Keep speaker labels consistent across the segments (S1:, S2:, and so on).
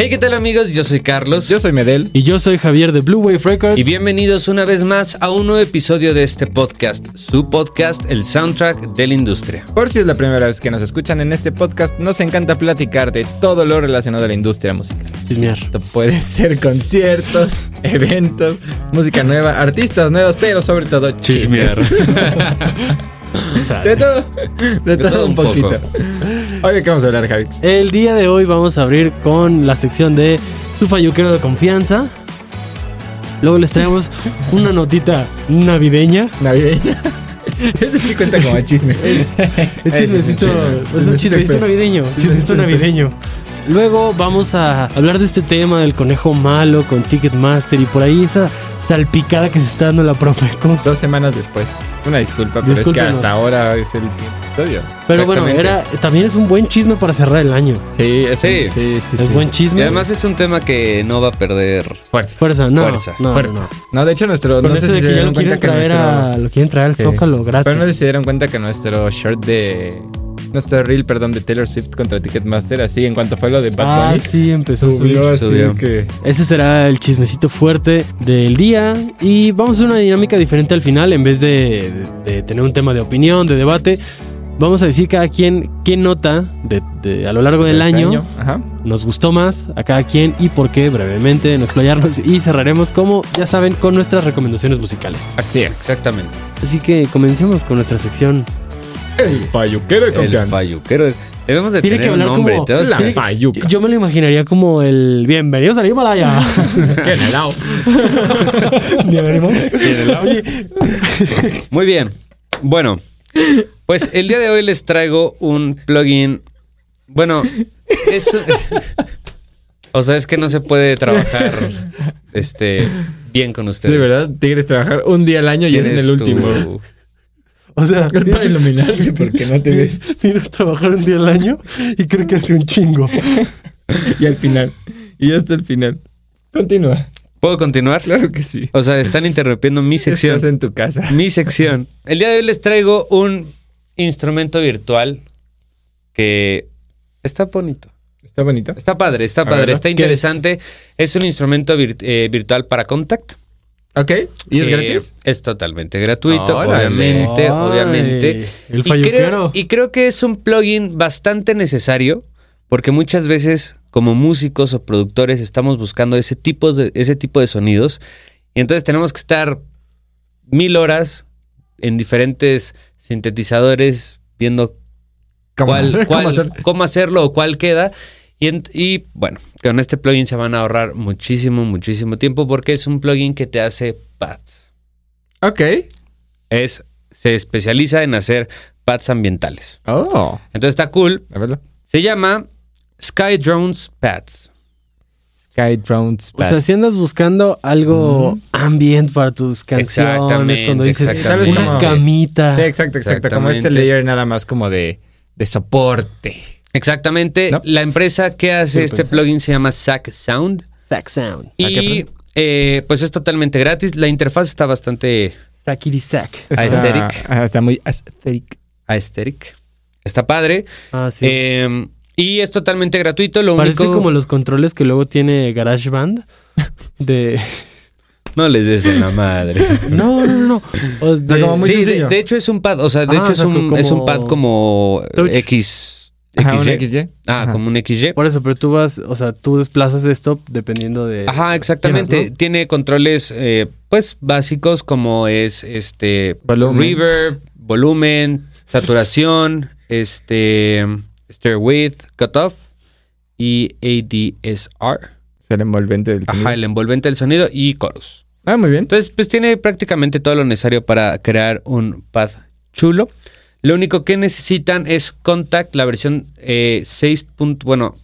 S1: Hey, ¿qué tal amigos? Yo soy Carlos.
S2: Yo soy Medel.
S3: Y yo soy Javier de Blue Wave Records.
S1: Y bienvenidos una vez más a un nuevo episodio de este podcast, su podcast, el soundtrack de la industria.
S2: Por si es la primera vez que nos escuchan en este podcast, nos encanta platicar de todo lo relacionado a la industria musical.
S3: Chismear.
S2: Esto puede ser conciertos, eventos, música nueva, artistas nuevos, pero sobre todo chismes. De todo, de, todo,
S1: todo
S2: un
S1: un poco.
S2: poquito. Hoy de qué vamos a hablar, Javi.
S3: El día de hoy vamos a abrir con la sección de su falluquero de confianza. Luego les traemos una notita navideña.
S2: Navideña. Eso Este sí cuenta como chisme. Este
S3: Es chismecito, es un chismecito navideño. Chismecito navideño. Luego vamos a hablar de este tema del conejo malo con Ticketmaster y por ahí esa salpicada que se está dando la Profeco.
S2: Dos semanas después. Una disculpa, pero es que
S3: Discúlpenos.
S2: hasta ahora es el siguiente episodio.
S3: Pero bueno, era, también es un buen chisme para cerrar el año.
S2: Sí, eso
S1: Sí.
S2: es- sí, sí,
S3: es
S2: sí.
S3: buen
S1: Y
S3: chisme.
S1: además es un tema que no va a perder.
S2: Fuerte.
S3: fuerza, no,
S1: Fuerza,
S3: no, no,
S2: fuerte.
S3: no.
S2: No, de hecho, nuestro.
S3: Con
S2: no
S3: eso
S2: sé si
S3: de
S2: se
S3: que ya
S2: dieron
S3: lo
S2: cuenta
S3: quieren
S2: que
S3: traer
S2: nuestro.
S3: a, lo quieren traer al
S2: Sí.
S3: Zócalo gratis.
S2: Pero no sé si se dieron cuenta que nuestro short de. Nuestro reel, perdón, de Taylor Swift contra Ticketmaster, así en cuanto fue lo de Bad
S3: Ah,
S2: Bunny.
S3: sí, empezó a subir.
S2: Subió así
S1: Subió.
S2: que.
S3: Ese será el chismecito fuerte del día. Y vamos a hacer una dinámica diferente al final. En vez de, de- de tener un tema de opinión, de debate, vamos a decir cada quien qué nota de, de- a lo largo del
S2: Este
S3: año,
S2: Ajá.
S3: nos gustó más a cada quien y por qué brevemente, en explayarnos y cerraremos, como ya saben, con nuestras recomendaciones musicales.
S2: Así es.
S1: Exactamente.
S3: Así que comencemos con nuestra sección.
S2: El payuquero de
S1: El
S2: confianza.
S1: falluquero. Debemos de
S3: Tiene
S1: tener
S3: que
S1: un
S3: hablar
S1: nombre.
S3: como-
S1: te vas-
S2: La
S3: Tiene que-
S2: payuca.
S3: Yo me lo imaginaría como el bienvenidos al Himalaya.
S2: Qué helado.
S3: Bienvenido.
S1: Muy bien. Bueno, pues el día de hoy les traigo un plugin. Bueno, es. un- O sea, es que no se puede trabajar este, bien con ustedes.
S2: Sí, ¿verdad? Tienes que trabajar un día al año y eres
S1: Tienes
S2: el
S1: tu-
S2: último.
S3: O sea,
S2: Para iluminarte, porque no te ves.
S3: Miras trabajar un día al año y creo que hace un chingo.
S2: Y al final. Y hasta el final. Continúa.
S1: ¿Puedo continuar?
S2: Claro que sí.
S1: O sea, están interrumpiendo mi sección.
S2: Estás en tu casa.
S1: Mi sección. El día de hoy les traigo un instrumento virtual que está bonito.
S2: ¿Está bonito?
S1: Está padre, está
S2: A
S1: padre,
S2: ver,
S1: está
S2: ¿qué es?
S1: interesante. Es? un instrumento vir- eh, virtual para contacto.
S2: Ok. ¿Y es
S1: Eh,
S2: gratis?
S1: Es totalmente gratuito,
S2: Órale.
S1: obviamente,
S3: Ay,
S1: obviamente.
S3: el
S1: y, creo,
S3: falluquero.
S1: y creo que es un plugin bastante necesario porque muchas veces como músicos o productores estamos buscando ese tipo de, ese tipo de sonidos y entonces tenemos que estar mil horas en diferentes sintetizadores viendo cuál, cuál- cómo,
S2: hacer?
S1: hacerlo o cuál queda. Y, en- y, bueno, con este plugin se van a ahorrar muchísimo, muchísimo tiempo porque es un plugin que te hace pads.
S2: Ok.
S1: Es, se especializa en hacer pads ambientales.
S2: Oh.
S1: Entonces está cool.
S2: A verlo.
S1: Se llama Sky Drones Pads.
S2: Sky Drones.
S3: O sea, si andas buscando algo ambient para tus canciones,
S1: Exactamente,
S3: cuando dices
S1: exactamente.
S3: una
S2: Como-
S3: camita.
S2: Sí, exacto, exacto. Como este
S1: Exactamente.
S2: layer nada más como de, de soporte.
S1: Exactamente.
S2: No.
S1: La empresa que hace
S3: Sí,
S1: este
S3: pensé. Ah,
S1: plugin se llama Sack Sound.
S3: Sack Sound.
S1: Y
S2: perdón.
S1: eh, pues es totalmente gratis. La interfaz está bastante
S3: Sakiri Sack.
S2: Está-
S1: Aesthetic.
S2: ah, Está muy aesthetic.
S1: aesthetic. Está padre.
S3: Ah, sí.
S1: Eh, y es totalmente gratuito. Lo
S3: Parece
S1: único.
S3: como los controles que luego tiene GarageBand. De...
S1: No les des en la madre.
S3: No, no, no. O
S2: sea,
S3: de-
S2: como muy-
S1: sí, de-
S2: sencillo.
S1: De, hecho es un pad. O sea, de
S3: Ah,
S1: hecho
S3: o
S1: es
S3: sea,
S1: un,
S3: como-
S1: es un pad como
S3: Touch.
S1: X.
S2: Ajá, un
S1: XY.
S2: XY.
S1: Ah,
S2: Ajá.
S1: como un XY.
S3: Por eso, pero tú vas, o sea, tú desplazas esto dependiendo de...
S1: Ajá, exactamente.
S3: quieras, ¿no?
S1: Tiene controles, eh, pues, básicos como es este
S2: Volumen.
S1: reverb, volumen, saturación, este stair width, cutoff y ADSR.
S2: Es el envolvente del sonido.
S1: Ajá, el envolvente del sonido y chorus.
S2: Ah, muy bien.
S1: Entonces, pues tiene prácticamente todo lo necesario para crear un pad chulo. Lo único que necesitan es Contact, la versión eh, 6. punto- bueno,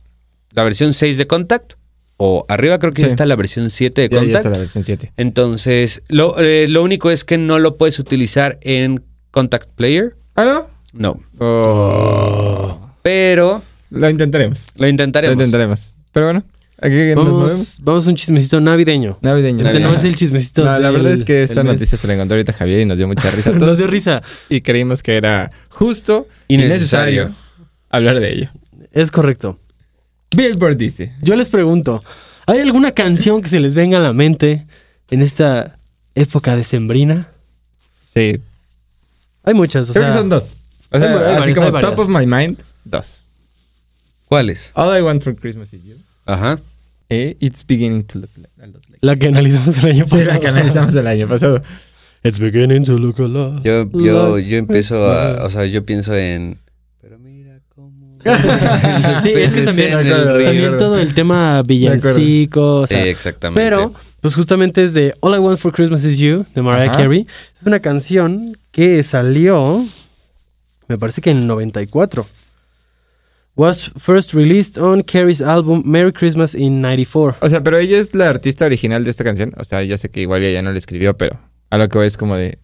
S1: la versión 6 de Contact. O arriba creo que ya
S2: Sí.
S1: está la versión 7 de
S2: Ya, ya
S1: Contact.
S2: está la versión 7.
S1: Entonces, lo, eh, lo único es que no lo puedes utilizar en Contact Player.
S2: ¿Ah, no?
S1: No.
S2: Oh.
S1: Pero
S2: Lo intentaremos.
S1: lo
S2: Lo
S1: intentaremos.
S2: intentaremos. Pero bueno, aquí nos movemos.
S3: Vamos, vamos a un chismecito navideño.
S2: Navideño.
S3: Este no
S2: Navideño.
S3: es el chismecito.
S2: No, la
S3: del-
S2: verdad es que esta
S3: del mes.
S2: noticia se la encontró ahorita Javier y nos dio mucha risa a
S3: Nos
S2: todos.
S3: dio risa.
S2: y creímos que era justo y
S1: Innecesario.
S2: necesario hablar de ello.
S3: Es correcto.
S2: Billboard dice.
S3: Yo les pregunto, ¿hay alguna canción que se les venga a la mente en esta época decembrina?
S2: Sí.
S3: Hay muchas, o
S2: Creo
S3: sea,
S2: que son dos. O sea,
S3: hay varias,
S2: así
S3: hay
S2: como
S3: varias.
S2: top of my mind, dos.
S1: ¿Cuáles?
S2: All I want for Christmas is you.
S1: Ajá.
S2: Eh, it's beginning to look like. a lot like-
S3: la que analizamos el año
S2: Sí,
S3: pasado.
S2: la que analizamos el año pasado.
S3: It's beginning to look a lot.
S1: Yo, yo, yo empiezo a.
S3: Ajá.
S1: O sea, yo pienso en. Pero mira cómo.
S3: Sí, es que también-
S1: En el
S2: De acuerdo, de
S1: río.
S3: También todo el tema
S2: acuerdo.
S3: villancico, o sea,
S1: Sí, exactamente.
S3: Pero, pues justamente es de All I Want for Christmas Is You, de Mariah
S2: Ajá.
S3: Carey. Es una canción que salió, me parece que en el 94. Was first released on Carey's album Merry Christmas in 94.
S2: O sea, pero ella es la artista original de esta canción. O sea, ya sé que igual ella no la escribió, pero a lo que voy es como de.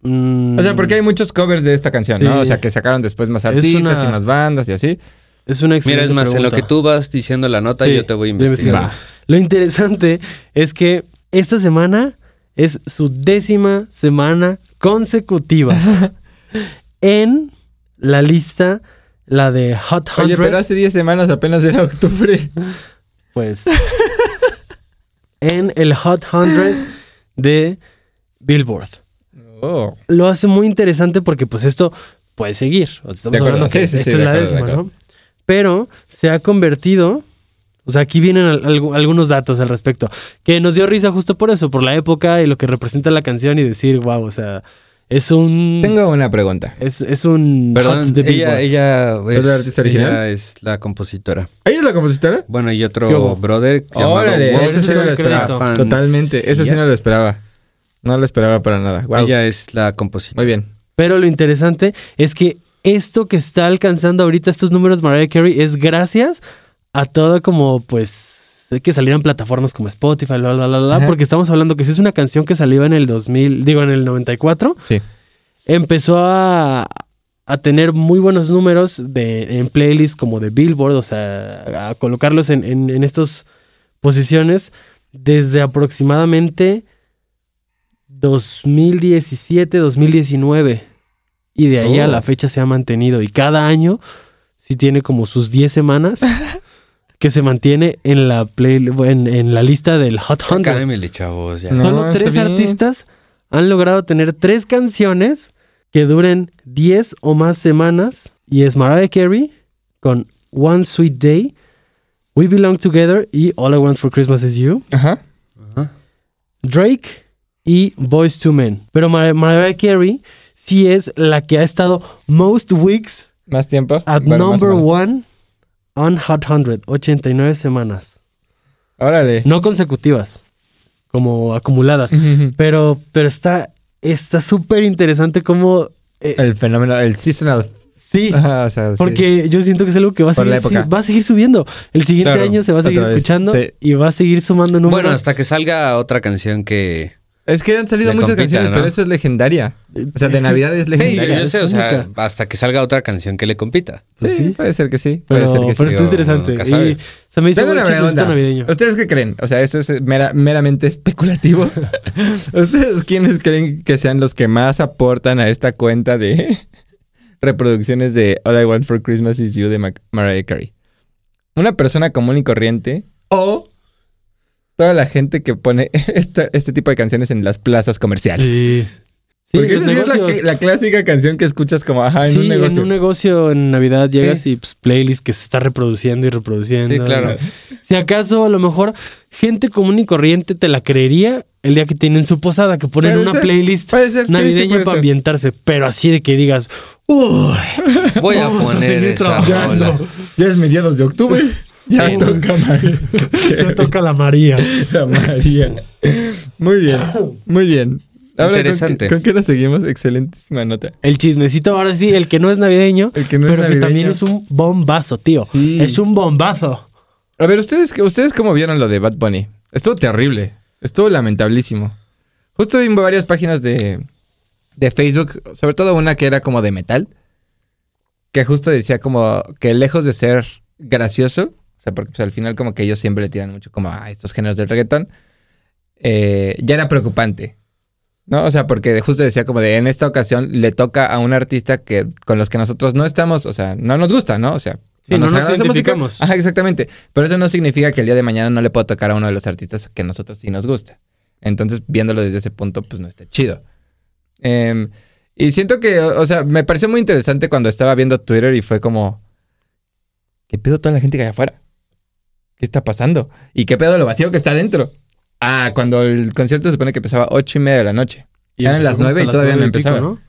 S3: Mm,
S2: O sea, porque hay muchos covers de esta canción,
S3: Sí.
S2: ¿no? O sea, que sacaron después más
S3: Es
S2: artistas
S3: una-
S2: y más bandas y así.
S3: es una
S1: Mira,
S3: excelente
S1: es más, en lo
S3: pregunta.
S1: que tú vas diciendo la nota,
S3: Sí,
S1: yo te voy a
S3: voy a
S1: investigar.
S3: investigar. Lo interesante es que esta semana es su décima semana consecutiva en la lista, la de Hot 100.
S2: Oye, pero hace 10 semanas apenas era octubre.
S3: Pues. en el Hot 100 de Billboard.
S2: Oh.
S3: Lo hace muy interesante porque, pues, esto puede seguir. O sea, estamos
S2: De acuerdo,
S3: hablando que
S2: sí, sí,
S3: esta
S2: sí,
S3: es
S2: de
S3: la
S2: acuerdo, de
S3: décima,
S2: acuerdo.
S3: ¿no? Pero se ha convertido. O sea, aquí vienen al- algu- algunos datos al respecto. Que nos dio risa justo por eso, por la época y lo que representa la canción y decir, wow, o sea, es un.
S2: Tengo una pregunta.
S3: Es, es un. hot
S1: Perdón,
S3: de
S1: ella,
S3: Billboard.
S1: ella es,
S2: ¿Es la artista original?
S1: ella es la compositora.
S2: ¿Ella es la compositora?
S1: Bueno, y otro
S3: ¿Qué hubo?
S1: brother llamado
S2: Órale,
S1: Wolf.
S3: Ese
S2: eso sí
S3: es
S2: no
S3: el
S2: lo esperaba.
S1: crédito.
S2: Totalmente, eso sí
S1: Ya.
S2: no lo esperaba. No lo esperaba para nada. Wow.
S1: Ella es la
S2: Muy
S1: compositora.
S2: bien.
S3: Pero lo interesante es que esto que está alcanzando ahorita estos números Mariah Carey es gracias a todo como pues que salieran plataformas como Spotify, bla, bla, bla, bla,
S2: Ajá.
S3: porque estamos hablando que si es una canción que salió en el 2000, digo en el 94,
S2: Sí.
S3: empezó a, a tener muy buenos números de, en playlists como de Billboard, o sea, a colocarlos en, en, en estas posiciones desde aproximadamente 2017, 2019. Y de ahí a
S2: Oh.
S3: la fecha se ha mantenido. Y cada año sí tiene como sus 10 semanas que se mantiene en la, play, en, en la lista del Hot 100.
S1: Cámbiale, chavos. Ya.
S2: No,
S3: Solo
S2: está
S3: tres
S2: bien.
S3: artistas han logrado tener tres canciones que duren 10 o más semanas. Y es Mariah Carey con One Sweet Day, We Belong Together y All I Want for Christmas Is You.
S2: Ajá.
S1: Ajá.
S3: Drake y Boys to Men. Pero Mar- Mariah Carey sí es la que ha estado most weeks
S2: Más tiempo.
S3: at
S2: Bueno, más
S3: number
S2: semanas.
S3: one on Hot 100. 89 semanas.
S2: Órale.
S3: No consecutivas, como acumuladas. Pero, pero está está súper interesante cómo... eh,
S2: El fenómeno, el seasonal.
S3: sí,
S2: Ajá, o sea, sí.
S3: porque yo siento que es algo que va a,
S2: Por la
S3: seguir, sí,
S2: época.
S3: va a seguir subiendo. El siguiente
S2: Claro,
S3: año se va a seguir
S2: otra vez,
S3: escuchando
S2: sí.
S3: y va a seguir sumando números.
S1: Bueno, hasta que salga otra canción que.
S2: Es que han salido
S1: Le
S2: muchas
S1: compiten,
S2: canciones,
S1: ¿no?
S2: pero esa es legendaria. O sea,
S3: Es que
S2: de Navidad es
S1: Sí, yo,
S2: legendaria.
S1: yo sé,
S3: es
S1: o sea,
S3: única.
S1: hasta que salga otra canción que le compita.
S2: Pues sí, puede ser que sí.
S3: pero,
S2: Puede ser que
S3: pero
S2: sí.
S1: es
S3: está
S1: digo,
S3: interesante.
S1: nunca
S3: Y
S1: sabes.
S3: se me hizo
S2: Tengo
S3: un
S2: una
S3: chistecito
S2: pregunta.
S3: navideño.
S2: ¿Ustedes qué creen? O sea, eso es eh, mera- meramente especulativo. ¿Ustedes quiénes creen que sean los que más aportan a esta cuenta de reproducciones de All I Want for Christmas Is You de Ma- Mariah Carey? ¿Una persona común y corriente? ¿O toda la gente que pone esta- este tipo de canciones en las plazas comerciales?
S3: Sí. Sí,
S2: Porque
S3: los
S2: esa sí es la,
S3: negocios.
S2: que- la clásica canción que escuchas como, ajá, en
S3: Sí,
S2: un negocio.
S3: en un negocio en Navidad llegas y pues, playlist que se está reproduciendo y reproduciendo.
S1: Sí, claro.
S3: Si acaso a lo mejor gente común y corriente te la creería el día que tienen su posada, que ponen
S2: Puede
S3: una
S2: ser,
S3: playlist
S2: puede ser, sí, sí,
S3: navideña
S2: puede
S3: para
S2: ser.
S3: ambientarse, pero así de que digas, "Uy,
S1: Voy a
S3: Vamos a
S1: poner
S3: seguir
S1: esa
S3: trabajando.
S1: rola.
S2: Ya es mediados de octubre. Ya
S1: Sí.
S2: toca Mariah
S3: ya
S2: Carey.
S3: toca la María.
S2: La María. Muy bien, muy bien. Ahora,
S1: Interesante.
S2: ¿Con qué, con qué nos seguimos? Excelentísima nota.
S3: El chismecito, ahora sí, el que no es navideño,
S2: El que no es
S3: pero que
S2: navideño.
S3: también es un bombazo, tío.
S2: Sí.
S3: Es un bombazo.
S2: A ver, ¿ustedes, ¿ustedes cómo vieron lo de Bad Bunny? Estuvo terrible. Estuvo lamentablísimo. Justo vi varias páginas de, de Facebook, sobre todo una que era como de metal, que justo decía como que lejos de ser gracioso, o sea, porque pues, al final como que ellos siempre le tiran mucho como a estos géneros del reggaetón, eh, ya era preocupante. ¿No? O sea, porque justo decía como de en esta ocasión le toca a un artista que con los que nosotros no estamos, o sea, no nos gusta, ¿no? O sea,
S3: Sí, no nos
S2: agrada esa música.
S3: identificamos.
S2: Ajá, exactamente. Pero eso no significa que el día de mañana no le pueda tocar a uno de los artistas que a nosotros sí nos gusta. Entonces, viéndolo desde ese punto, pues no está chido. Em, y siento que, o o sea, me pareció muy interesante cuando estaba viendo Twitter y fue como, ¿qué pedo toda la gente que hay afuera? ¿Qué está pasando? ¿Y qué pedo lo vacío que está adentro? Ah, cuando el concierto se supone que empezaba ocho y media de la noche.
S4: Y
S2: Eran
S4: empezó
S2: las
S4: como
S2: nueve
S4: hasta
S2: y
S4: las
S2: todavía
S4: nueve
S2: no
S4: y pico,
S2: empezaba.
S4: ¿no?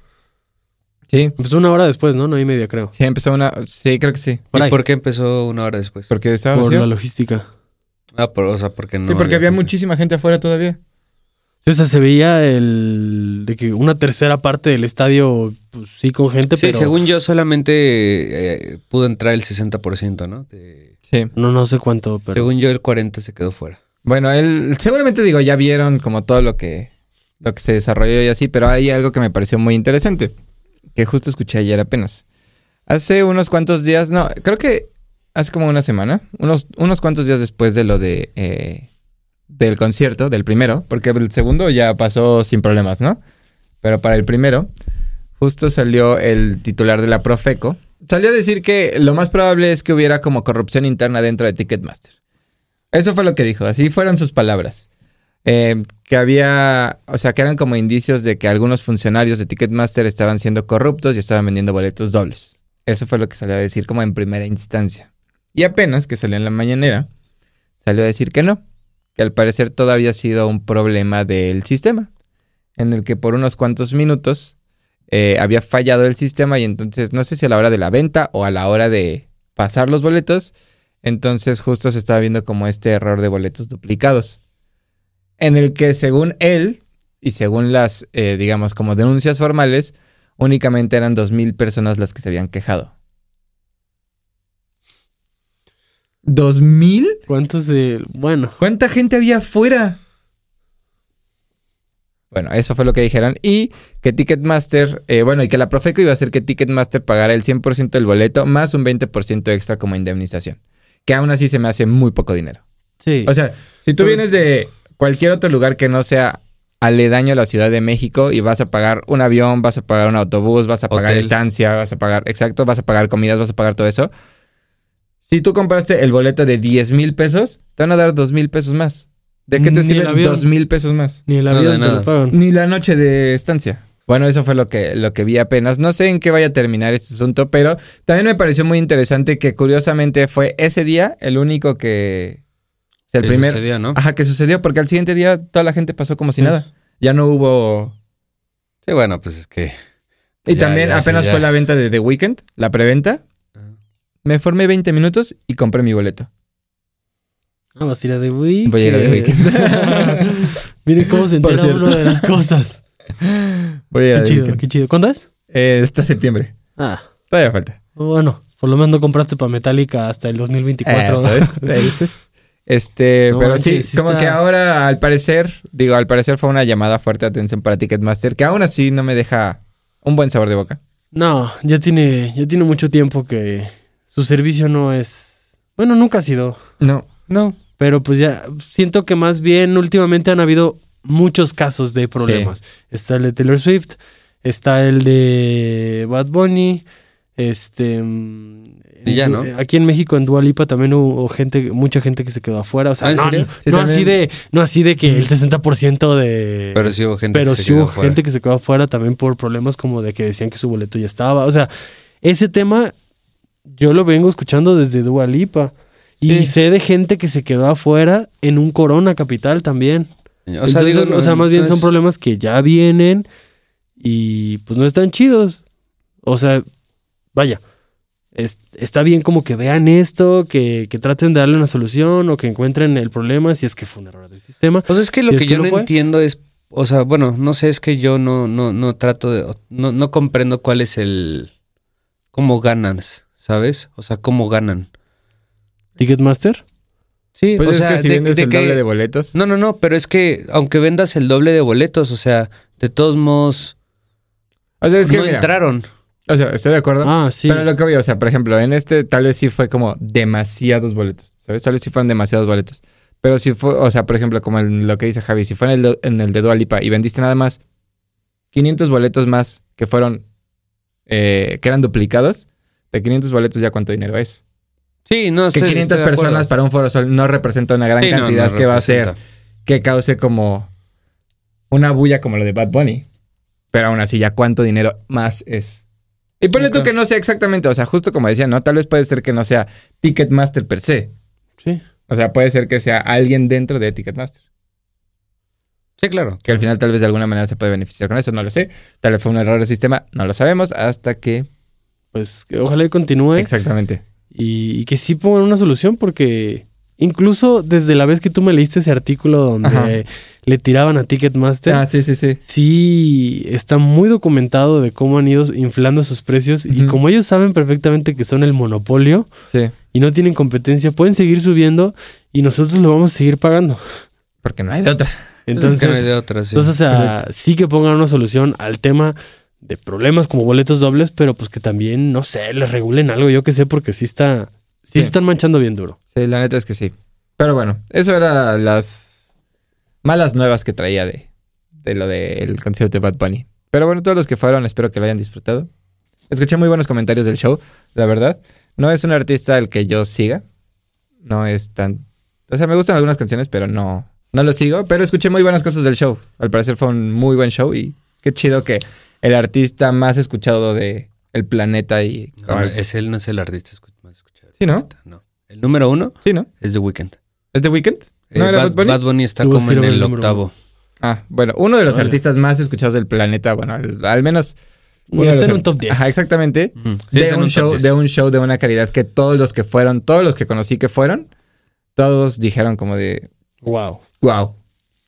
S2: Sí,
S3: Empezó Pues una hora después, ¿no? No y media, creo.
S2: sí, empezó una... Sí, creo que sí.
S3: Por
S1: ¿Y
S3: ahí.
S1: por qué empezó una hora después?
S2: Porque estaba
S3: Por
S2: vacío.
S3: la logística.
S1: Ah, por, o sea, porque no.
S2: sí, porque había
S1: gente.
S2: muchísima gente afuera todavía.
S3: Sí, o sea, se veía el. de que una tercera parte del estadio, pues sí, con gente,
S1: Sí,
S3: pero.
S1: según yo, solamente eh, pudo entrar el 60%, ¿no? De-
S2: Sí.
S3: No, no sé cuánto, pero.
S1: Según yo, el 40% se quedó fuera.
S2: Bueno, él seguramente digo, ya vieron como todo lo que lo que se desarrolló y así, pero hay algo que me pareció muy interesante, que justo escuché ayer apenas. Hace unos cuantos días, no, creo que hace como una semana, unos, unos cuantos días después de lo de eh, del concierto, del primero, porque el segundo ya pasó sin problemas, ¿no? Pero para el primero, justo salió el titular de la Profeco. Salió a decir que lo más probable es que hubiera como corrupción interna dentro de Ticketmaster. Eso fue lo que dijo, así fueron sus palabras. Eh, que había, o sea, que eran como indicios de que algunos funcionarios de Ticketmaster estaban siendo corruptos y estaban vendiendo boletos dobles. Eso fue lo que salió a decir como en primera instancia. Y apenas que salió en la mañanera, salió a decir que no, que al parecer todo había sido un problema del sistema, en el que por unos cuantos minutos eh, había fallado el sistema y entonces no sé si a la hora de la venta o a la hora de pasar los boletos, entonces justo se estaba viendo como este error de boletos duplicados, en el que según él y según las, eh, digamos, como denuncias formales, únicamente eran 2.000 personas las que se habían quejado. ¿2.000?
S3: ¿Cuántos de.? Bueno.
S2: ¿Cuánta gente había afuera? Bueno, eso fue lo que dijeron. Y que Ticketmaster, eh, bueno, y que la Profeco iba a hacer que Ticketmaster pagara el 100% del boleto más un 20% extra como indemnización. Que aún así se me hace muy poco dinero.
S3: Sí.
S2: O sea, si tú
S3: Sobre-
S2: vienes de cualquier otro lugar que no sea aledaño a la Ciudad de México y vas a pagar un avión, vas a pagar un autobús, vas a pagar
S1: Hotel.
S2: estancia, vas a pagar, exacto, vas a pagar comidas, vas a pagar todo eso. Si tú compraste el boleto de 10 mil pesos, te van a dar 2 mil pesos más. ¿De qué
S3: Ni
S2: te
S3: el
S2: sirven
S3: avión.
S2: 2 mil pesos más?
S3: ni el
S1: no, de
S3: avión te
S1: nada.
S3: lo pagan.
S2: Ni la noche de estancia. Bueno, eso fue lo que, lo que vi apenas. No sé en qué vaya a terminar este asunto, pero también me pareció muy interesante que curiosamente fue ese día el único que... o sea, El
S1: Sí,
S2: primer,
S1: ese día, ¿no?
S2: Ajá, que sucedió porque al siguiente día toda la gente pasó como si
S3: Sí.
S2: nada. Ya no hubo.
S1: Sí, bueno, pues es que.
S2: Y
S1: Ya,
S2: también
S1: ya,
S2: apenas
S1: sí, ya.
S2: fue la venta de The Weeknd, la preventa. Ah. Me formé 20 minutos y compré mi boleto.
S3: Ah, vas a ir a The Weeknd.
S2: Voy a ir a The Weeknd.
S3: Miren cómo se
S2: Por
S3: entera
S2: cierto.
S3: uno de las cosas.
S2: Voy a ir a
S3: Qué
S2: The
S3: chido,
S2: Weeknd.
S3: qué chido. ¿Cuándo es?
S2: Eh, está septiembre.
S3: Ah.
S2: Todavía falta.
S3: Bueno, por lo menos no compraste para Metallica hasta el 2024.
S2: Eh, ¿sabes? Ahí dices. Este,
S3: No
S2: pero sí,
S3: manches, sí
S2: como
S3: está-
S2: que ahora al parecer, digo, al parecer fue una llamada fuerte de atención para Ticketmaster, que aún así no me deja un buen sabor de boca.
S3: No, ya tiene, ya tiene mucho tiempo que su servicio no es. Bueno, nunca ha sido.
S2: No, no.
S3: Pero pues ya siento que más bien últimamente han habido muchos casos de problemas. Está el de Taylor Swift, está el de Bad Bunny, este... mm,
S1: Y ya,
S3: en-
S1: ¿no?
S3: Aquí en México, en Dualipa, también hubo gente, mucha gente que se quedó afuera. O sea,
S1: Ah, ¿en
S3: no,
S1: serio? Mm.
S3: no-
S2: Sí,
S3: no
S2: también.
S3: así de, no así de que el 60% de...
S1: Pero sí hubo gente
S3: Pero
S1: que se
S3: sí hubo
S1: quedó fuera.
S3: gente que se quedó afuera también por problemas como de que decían que su boleto ya estaba. O sea, ese tema yo lo vengo escuchando desde Dua Lipa. Y
S2: Sí.
S3: sé de gente que se quedó afuera en un Corona Capital también.
S1: O sea,
S3: Entonces,
S1: digo, no,
S3: o sea, más bien son
S1: entonces-
S3: problemas que ya vienen y pues no están chidos. O sea, vaya, es- está bien como que vean esto, que, que traten de darle una solución o que encuentren el problema si es que fue un error del sistema.
S1: O sea, pues es que lo
S3: Si es
S1: que
S3: que
S1: yo
S3: lo
S1: no
S3: fue.
S1: entiendo es, o sea, bueno, no sé, es que yo no, no, no trato de, no, no comprendo cuál es el, cómo ganan, ¿sabes? O sea, cómo ganan.
S3: Ticketmaster.
S1: Sí,
S2: Pues
S1: o
S2: es
S1: sea,
S2: que si
S1: de-
S2: vendes
S1: de
S2: el
S1: que-
S2: doble de boletos.
S1: No, no, no, pero es que aunque vendas el doble de boletos, o sea, de todos modos,
S2: O sea, es que
S1: no
S2: mira,
S1: entraron.
S2: O sea, estoy de acuerdo.
S3: Ah, sí.
S2: Pero lo que voy, o sea, por ejemplo, en este tal vez sí fue como demasiados boletos, ¿sabes? Tal vez sí fueron demasiados boletos. Pero si fue, o sea, por ejemplo, como en lo que dice Javi, si fue en el, do- en el de Dualipa y vendiste nada más 500 boletos más que fueron, eh, que eran duplicados, de 500 boletos ya cuánto dinero es.
S1: Sí, no
S2: que
S1: sé,
S2: 500
S1: estoy de
S2: personas
S1: acuerdo.
S2: para un foro sol no representa una gran
S1: Sí, no,
S2: cantidad
S1: no
S2: que va a ser
S1: representa.
S2: que cause como una bulla como lo de Bad Bunny. Pero aún así, ya cuánto dinero más es. Y ponle tú
S1: Ok.
S2: que no sea exactamente, o sea, justo como decía, ¿no? Tal vez puede ser que no sea Ticketmaster per se.
S3: Sí.
S2: O sea, puede ser que sea alguien dentro de Ticketmaster.
S1: Sí, claro.
S2: Que al final tal vez de alguna manera se puede beneficiar con eso, no lo sé. Tal vez fue un error del sistema, no lo sabemos hasta que...
S3: Pues que ojalá y continúe
S2: Exactamente.
S3: y, y que sí pongan una solución porque incluso desde la vez que tú me leíste ese artículo donde
S2: Ajá.
S3: le tiraban a Ticketmaster,
S2: Ah, sí, sí, sí.
S3: sí está muy documentado de cómo han ido inflando sus precios y
S2: Ujú.
S3: como ellos saben perfectamente que son el monopolio
S2: Sí.
S3: y no tienen competencia, pueden seguir subiendo y nosotros lo vamos a seguir pagando.
S2: Porque no hay de otra.
S1: Entonces,
S3: Entonces,
S1: de otra, sí.
S3: entonces o sea,
S2: Exacto.
S3: sí que pongan una solución al tema de problemas como boletos dobles, pero pues que también, no sé, les regulen algo, yo que sé, porque sí está, sí,
S2: Sí.
S3: están manchando bien duro.
S2: Sí, la neta es que sí. Pero bueno, eso era las malas nuevas que traía de, de lo del concierto de Bad Bunny. Pero bueno, todos los que fueron, espero que lo hayan disfrutado. Escuché muy buenos comentarios del show, la verdad. No es un artista al que yo siga. No es tan... O sea, me gustan algunas canciones, pero no, no lo sigo. Pero escuché muy buenas cosas del show. Al parecer fue un muy buen show y qué chido que el artista más escuchado de el planeta y...
S1: No, es él no es el artista escu- más escuchado.
S2: Sí, ¿no?
S1: No. El número uno
S2: Sí, ¿no?
S1: es The Weeknd.
S2: ¿Es The Weeknd?
S1: Eh,
S2: ¿No era
S1: Bad,
S2: Bad Bunny?
S1: está
S3: Yo voy a
S1: como
S3: decir
S1: en
S3: el
S1: el
S3: número
S1: octavo.
S2: Ah, bueno, uno de los
S3: Vale.
S2: artistas más escuchados del planeta, bueno, al, al menos. uno
S3: Bueno,
S2: de
S3: está
S2: los
S3: en un
S2: ar-
S3: top 10.
S2: Ajá, exactamente.
S1: Ujú. Sí, está
S2: De
S1: en
S2: un,
S1: un top
S2: show,
S1: 10.
S2: de un show de una calidad que todos los que fueron, todos los que conocí que fueron, todos dijeron como de,
S3: Wow.
S2: wow.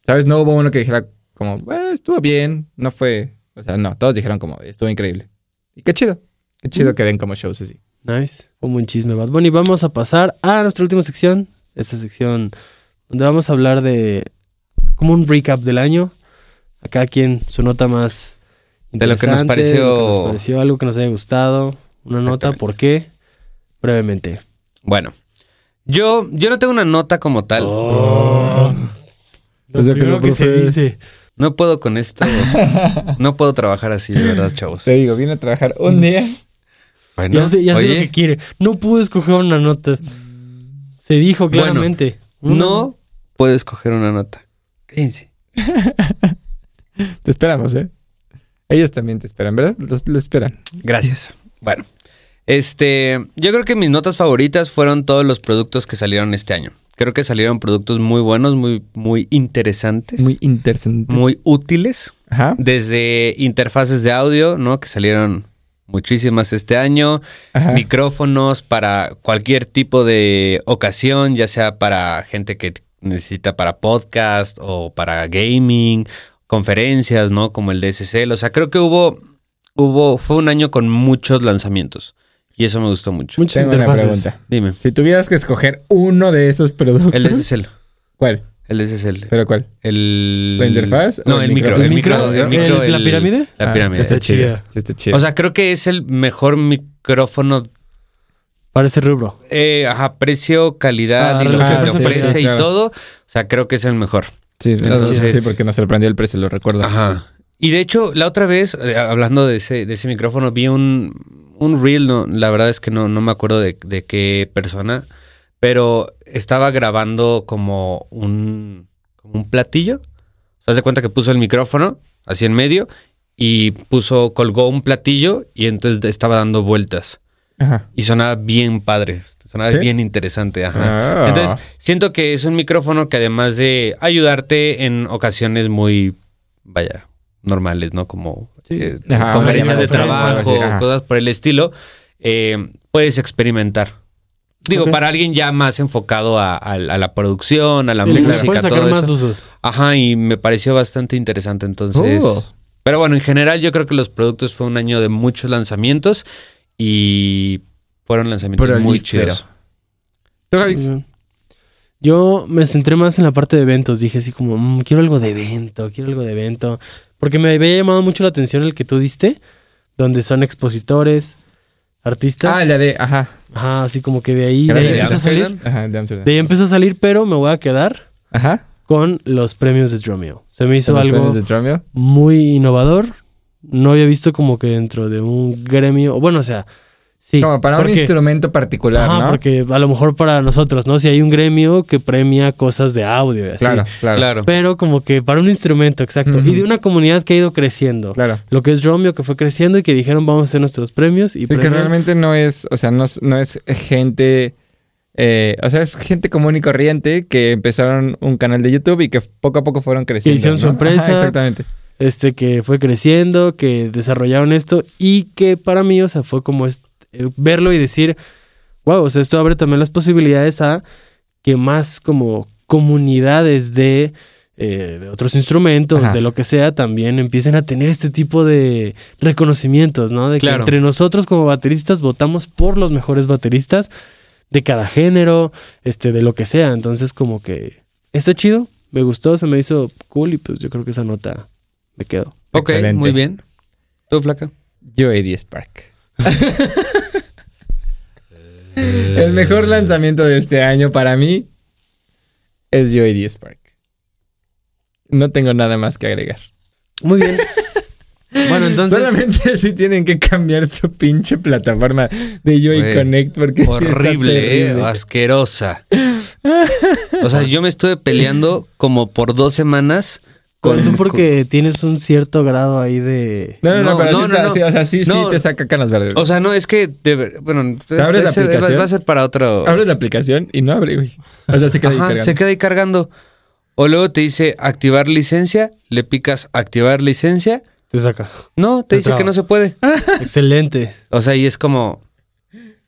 S2: ¿Sabes? No hubo uno que dijera como, "Eh, estuvo bien, no fue. O sea, no, todos dijeron como, estuvo increíble. Y qué chido. Qué chido que den como shows así.
S3: Nice. Fue un buen chisme, Bad Bunny. Vamos a pasar a nuestra última sección. Esta sección donde vamos a hablar de como un recap del año. A cada quien su nota más
S1: De lo que nos
S3: interesante, lo que nos
S1: pareció.
S3: pareció, algo que nos haya gustado. Una nota,
S2: Exactamente.
S3: ¿por qué? Brevemente.
S1: Bueno, yo, yo no tengo una nota como tal.
S3: Oh. Lo
S2: Pues yo
S3: primero
S2: creo que
S3: que se
S2: fue-
S3: dice.
S1: No puedo con esto. no puedo trabajar así, de verdad, chavos.
S2: Te digo, vine a trabajar un día.
S1: Bueno,
S3: Ya, sé, ya sé lo
S1: oye,
S3: que quiere. No pude escoger una nota. Se dijo
S1: Bueno,
S3: claramente. Una-
S1: no puedo escoger una nota. Cállense.
S2: Te esperamos, ¿eh? Ellos también te esperan, ¿verdad? Los, los esperan.
S1: Gracias. Bueno, este, yo creo que mis notas favoritas fueron todos los productos que salieron este año. Creo que salieron productos muy buenos, muy, muy interesantes,
S2: Muy
S1: muy,
S2: interesante.
S1: útiles.
S2: Ajá.
S1: Desde interfaces de audio, ¿no? Que salieron muchísimas este año.
S2: Ajá.
S1: Micrófonos para cualquier tipo de ocasión, ya sea para gente que necesita para podcast o para gaming, conferencias, ¿no? Como el DSCL. O sea, creo que hubo, hubo, fue un año con muchos lanzamientos. Y eso me gustó mucho.
S3: Muchas
S2: Tengo una
S3: interfaces.
S2: pregunta.
S1: Dime.
S2: Si tuvieras que escoger uno de esos productos.
S1: El DSCL.
S2: ¿Cuál?
S1: El DSCL.
S2: ¿Pero cuál?
S1: El...
S2: ¿La interfaz o
S1: No,
S2: el
S1: el micro.
S2: micro?
S1: El micro.
S2: ¿El
S1: el
S2: micro?
S1: micro,
S3: ¿El- la
S1: el-
S3: pirámide?
S1: La
S2: Ah,
S1: pirámide.
S3: está chida.
S2: sí Está chido.
S1: O sea, creo que es el mejor micrófono
S3: Para ese rubro.
S1: Eh, ajá, precio, calidad
S3: Ah,
S1: y lo
S2: ah,
S1: que te
S2: sí,
S1: ofrece
S2: sí,
S1: y
S2: claro.
S1: todo. O sea, creo que es el mejor.
S2: sí,
S1: entonces-
S2: sí, porque nos sorprendió el precio, lo recuerdo.
S1: Ajá. Y de hecho, la otra vez, eh, hablando de ese, de ese micrófono, vi un, un reel, no, la verdad es que no, no me acuerdo de, de qué persona, pero estaba grabando como un, como un platillo. O sea, haz de cuenta que puso el micrófono así en medio y puso, colgó un platillo y entonces estaba dando vueltas.
S2: Ajá.
S1: Y sonaba bien padre, sonaba
S2: ¿Sí?
S1: bien interesante, ajá.
S2: Ah.
S1: Entonces, siento que es un micrófono que además de ayudarte en ocasiones muy, vaya, normales, ¿no? Como eh,
S2: Ajá,
S1: conferencias
S2: una
S1: de
S2: llamada de conferencia,
S1: trabajo,
S2: algo así, ajá.
S1: cosas por el estilo, eh, puedes experimentar. Digo,
S3: Ok.
S1: para alguien ya más enfocado a, a- a la producción, a la
S3: Y le
S1: música,
S3: puedes sacar
S1: todo
S3: más
S1: eso.
S3: usos.
S1: Ajá, y me pareció bastante interesante entonces.
S2: Oh.
S1: Pero bueno, en general yo creo que los productos fue un año de muchos lanzamientos y fueron lanzamientos
S2: Pero
S1: muy
S2: listero.
S1: chidos.
S2: ¿Tú, Javix?
S3: Bien. Yo me centré más en la parte de eventos. Dije así como, "Mm, quiero algo de evento, quiero algo de evento. Porque me había llamado mucho la atención el que tú diste, donde son expositores, artistas.
S2: Ah, la de. Ajá.
S3: Ajá, así como que de ahí, de
S1: Era
S3: ahí
S1: de
S3: empezó a salir.
S1: Amsterdam.
S2: Ajá, de Amsterdam.
S3: De ahí empezó a salir, pero me voy a quedar
S2: Ajá.
S3: con los premios de Dromeo. Se me hizo
S2: Los
S3: algo
S2: premios de Tromeo.
S3: muy innovador. No había visto como que dentro de un gremio, bueno, o sea, Sí,
S2: Como para un instrumento particular,
S3: ajá,
S2: ¿no?
S3: porque a lo mejor para nosotros, ¿no? Si hay un gremio que premia cosas de audio y así.
S2: claro, claro, claro,
S1: Claro.
S3: Pero como que para un instrumento, exacto.
S2: Ujú.
S3: Y de una comunidad que ha ido creciendo. Lo que es Romeo, que fue creciendo y que dijeron vamos a hacer nuestros premios.
S2: Sí,
S3: Y
S2: que
S3: premian-
S2: realmente no es, o sea, no, es- no es gente, eh, o sea, es gente común y corriente que empezaron un canal de YouTube y que poco a poco fueron creciendo.
S3: hicieron su
S2: ¿no?
S3: empresa.
S2: Ajá, exactamente.
S3: este que fue creciendo, que desarrollaron esto y que para mí, o sea, fue como est- eh, verlo y decir, wow, o sea, esto abre también las posibilidades a que más como comunidades de, eh, de otros instrumentos,
S2: Ajá.
S3: de lo que sea, también empiecen a tener este tipo de reconocimientos, ¿no? De que
S1: Claro.
S3: entre nosotros como bateristas votamos por los mejores bateristas de cada género, este, de lo que sea. Entonces, como que está chido, me gustó, se me hizo cool y pues yo creo que esa nota me quedo.
S1: Ok,
S2: Excelente.
S1: muy bien. ¿Tú, flaca?
S2: Yo Eddie Spark. El mejor lanzamiento de este año para mí es Yo Eddie Spark. No tengo nada más que agregar.
S3: Muy bien. bueno, entonces.
S2: Solamente si tienen que cambiar su pinche plataforma de Yo
S1: Güey,
S2: Connect porque sí está
S1: Horrible, eh,
S2: terrible.
S1: asquerosa. O sea, yo me estuve peleando como por dos semanas con...
S3: Con tú porque tienes un cierto grado ahí de.
S2: No, no, no,
S1: No,
S2: pero
S1: no,
S2: sí
S1: no,
S2: está-
S1: no.
S2: sí, o sea, sí, sí
S1: No.
S2: te saca canas verdes.
S1: O sea, no, es que... de ver- bueno,
S2: abres la
S1: ese- va-
S2: aplicación?
S1: va a ser para otro...
S2: Abre la aplicación y no abre, güey. O sea, se queda ahí
S1: Ajá,
S2: cargando.
S1: se queda ahí cargando. O luego te dice activar licencia, le picas activar licencia.
S3: Te saca.
S1: No, te
S3: Se
S1: dice
S3: traba.
S1: que no se puede.
S2: Ah.
S3: Excelente.
S1: O sea, y es como,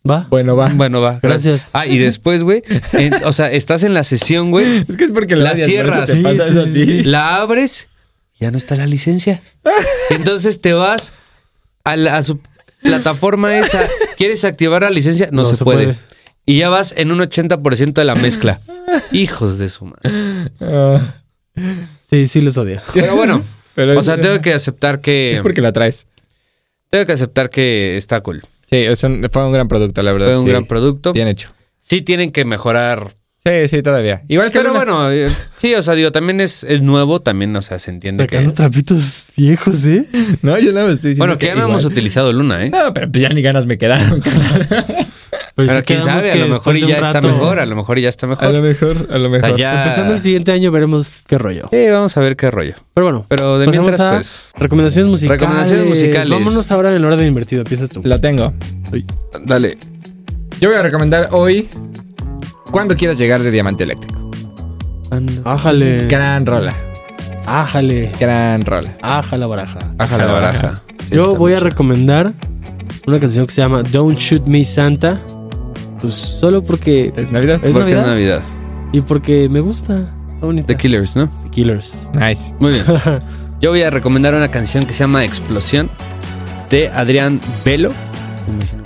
S3: Va.
S2: Bueno, va.
S1: bueno, va.
S3: Gracias.
S1: Ah, y después, güey, en- o sea, estás en la sesión, güey,
S2: Es que es porque
S1: La
S2: odias, por eso
S1: cierras.
S2: te
S1: Sí,
S2: pasa
S3: sí,
S2: eso a
S3: sí,
S2: ti.
S3: sí.
S1: la abres, ya no está la licencia. Entonces te vas a, la- a su plataforma esa. ¿Quieres activar la licencia? No, se, puede. Y ya vas en un 80% de la mezcla. Hijos de su madre.
S2: Ah,
S3: Sí, sí, les odio.
S1: Pero bueno,
S2: pero
S1: o sea,
S2: es-
S1: tengo que aceptar que...
S2: Es porque la traes.
S1: Tengo que aceptar que está cool.
S2: Sí, es un- fue un gran producto, la verdad.
S1: Fue un
S2: sí.
S1: gran producto.
S2: Bien hecho.
S1: Sí tienen que mejorar.
S2: Sí, sí, todavía. Igual que
S1: Pero
S2: Luna.
S1: bueno, eh, sí, o sea, digo, también es, es nuevo, también, o sea, se entiende
S3: Sacando
S1: que...
S3: trapitos viejos, ¿eh?
S2: No, yo no me estoy diciendo
S1: Bueno, que ya no
S2: igual.
S1: hemos utilizado Luna, ¿eh?
S2: No, pero pues ya ni ganas me quedaron. carnal.
S3: Pero
S1: Pero
S3: sí
S1: quién
S3: Pues quedamos
S1: sabe, a
S3: que
S1: lo mejor
S3: después
S1: y
S3: de
S1: ya
S3: un
S1: está
S3: rato-
S1: mejor, a lo mejor y ya está
S2: a
S1: mejor.
S2: lo mejor, a lo
S1: O sea,
S2: mejor.
S1: ya-
S3: Empezando el siguiente año veremos qué rollo.
S1: Sí, vamos a ver qué rollo.
S3: Pero bueno,
S1: Pero de
S3: Pasemos
S1: mientras,
S3: a-
S1: pues,
S3: recomendaciones musicales.
S1: Recomendaciones musicales.
S3: Vámonos ahora en el orden invertido. Empiezas tú.
S2: La tengo.
S1: dale.
S2: Yo voy a recomendar hoy Cuando quieras llegar de Diamante Eléctrico.
S3: Ájale.
S2: Gran rola.
S3: Ájale.
S2: Gran rola.
S3: Ájala baraja.
S1: Baja la baraja.
S3: Yo voy a recomendar una canción que se llama Don't Shoot Me Santa. Pues solo porque.
S2: ¿Es Navidad?
S3: ¿Es
S1: Porque es
S3: Navidad?
S1: Navidad.
S3: Y porque me gusta. Está bonita.
S1: The Killers, ¿no?
S3: The Killers.
S2: Nice.
S1: Muy bien. Yo voy a recomendar una canción que se llama Explosión de Adrián Velo. Me imagino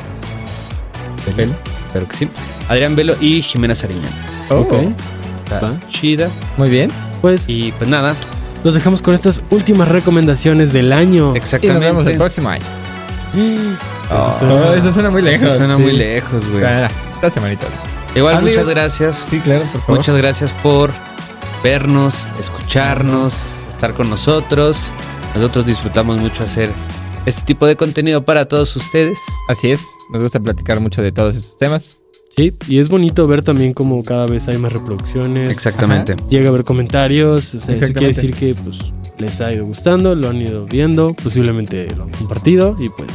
S1: que-
S2: ¿De pelo?
S1: Espero que sí. Adrián Velo y Jimena Sariñán.
S2: Oh,
S3: Ok.
S1: Está
S2: Ah.
S3: Va.
S1: chida.
S2: Muy bien.
S3: Pues
S1: Ah. Y pues nada,
S3: los dejamos con estas últimas recomendaciones del año.
S2: Oh. Y
S1: exactamente.
S2: nos vemos el próximo año.
S1: Ah,
S2: Oh, eso suena muy lejos.
S1: Eso suena
S2: sí.
S1: muy lejos, güey.
S2: Bueno, Esta semanita.
S1: Igual,
S2: Amigos.
S1: muchas gracias.
S2: Sí, claro, por favor.
S1: Muchas gracias por vernos, escucharnos, estar con nosotros. Nosotros disfrutamos mucho hacer este tipo de contenido para todos ustedes.
S2: Así es. Nos gusta platicar mucho de todos estos temas.
S3: Sí, y es bonito ver también como cada vez hay más reproducciones.
S1: Exactamente.
S3: Llega a ver comentarios. O sea, eso quiere
S2: Exactamente.
S3: decir que pues les ha ido gustando, lo han ido viendo, posiblemente lo han compartido. Y pues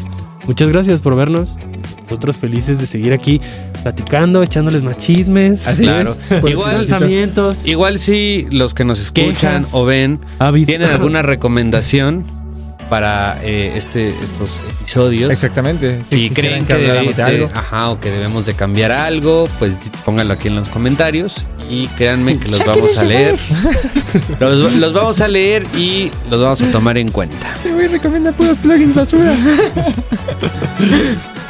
S3: muchas gracias por vernos. Nosotros felices de seguir aquí platicando, echándoles más chismes. pues,
S2: Así
S1: Claro.
S2: es.
S1: Ah, Igual-
S2: Por el chismecito.
S3: lanzamientos.
S1: Igual si los que nos escuchan
S3: Quejas.
S1: o ven
S3: Avid-
S1: tienen alguna recomendación para eh, este, estos episodios.
S2: Exactamente.
S1: Si
S2: quisieran
S1: creen que,
S2: habláramos
S1: debe-
S2: de
S1: de- ajá, o que debemos de cambiar algo, pues pónganlo aquí en los comentarios y créanme que los vamos a leer. Los, los vamos a leer y los vamos a tomar en cuenta.
S2: Te voy a recomendar puros plugins basura.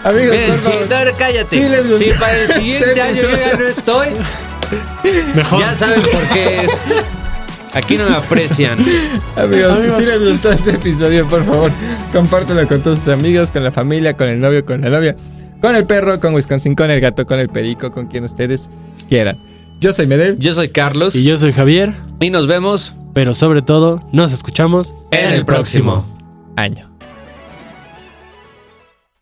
S2: Amigos,
S1: Miren,
S2: por
S1: si,
S2: favor.
S1: no, cállate.
S2: Sí, les gustó.
S1: si para el siguiente
S2: Sí,
S1: año yo
S2: sí.
S1: ya no estoy,
S3: Mejor.
S1: ya saben por qué es. Aquí no me aprecian.
S2: Amigos,
S3: Amigos.
S2: si les gustó este episodio, por favor, compártelo con todos sus amigos, con la familia, con el novio, con la novia, con el perro, con Wisconsin, con el gato, con el perico, con quien ustedes quieran. Yo soy Medel.
S1: Yo soy Carlos
S3: Y yo soy Javier,
S1: y nos vemos
S3: pero sobre todo nos escuchamos
S1: en el próximo.
S2: Año.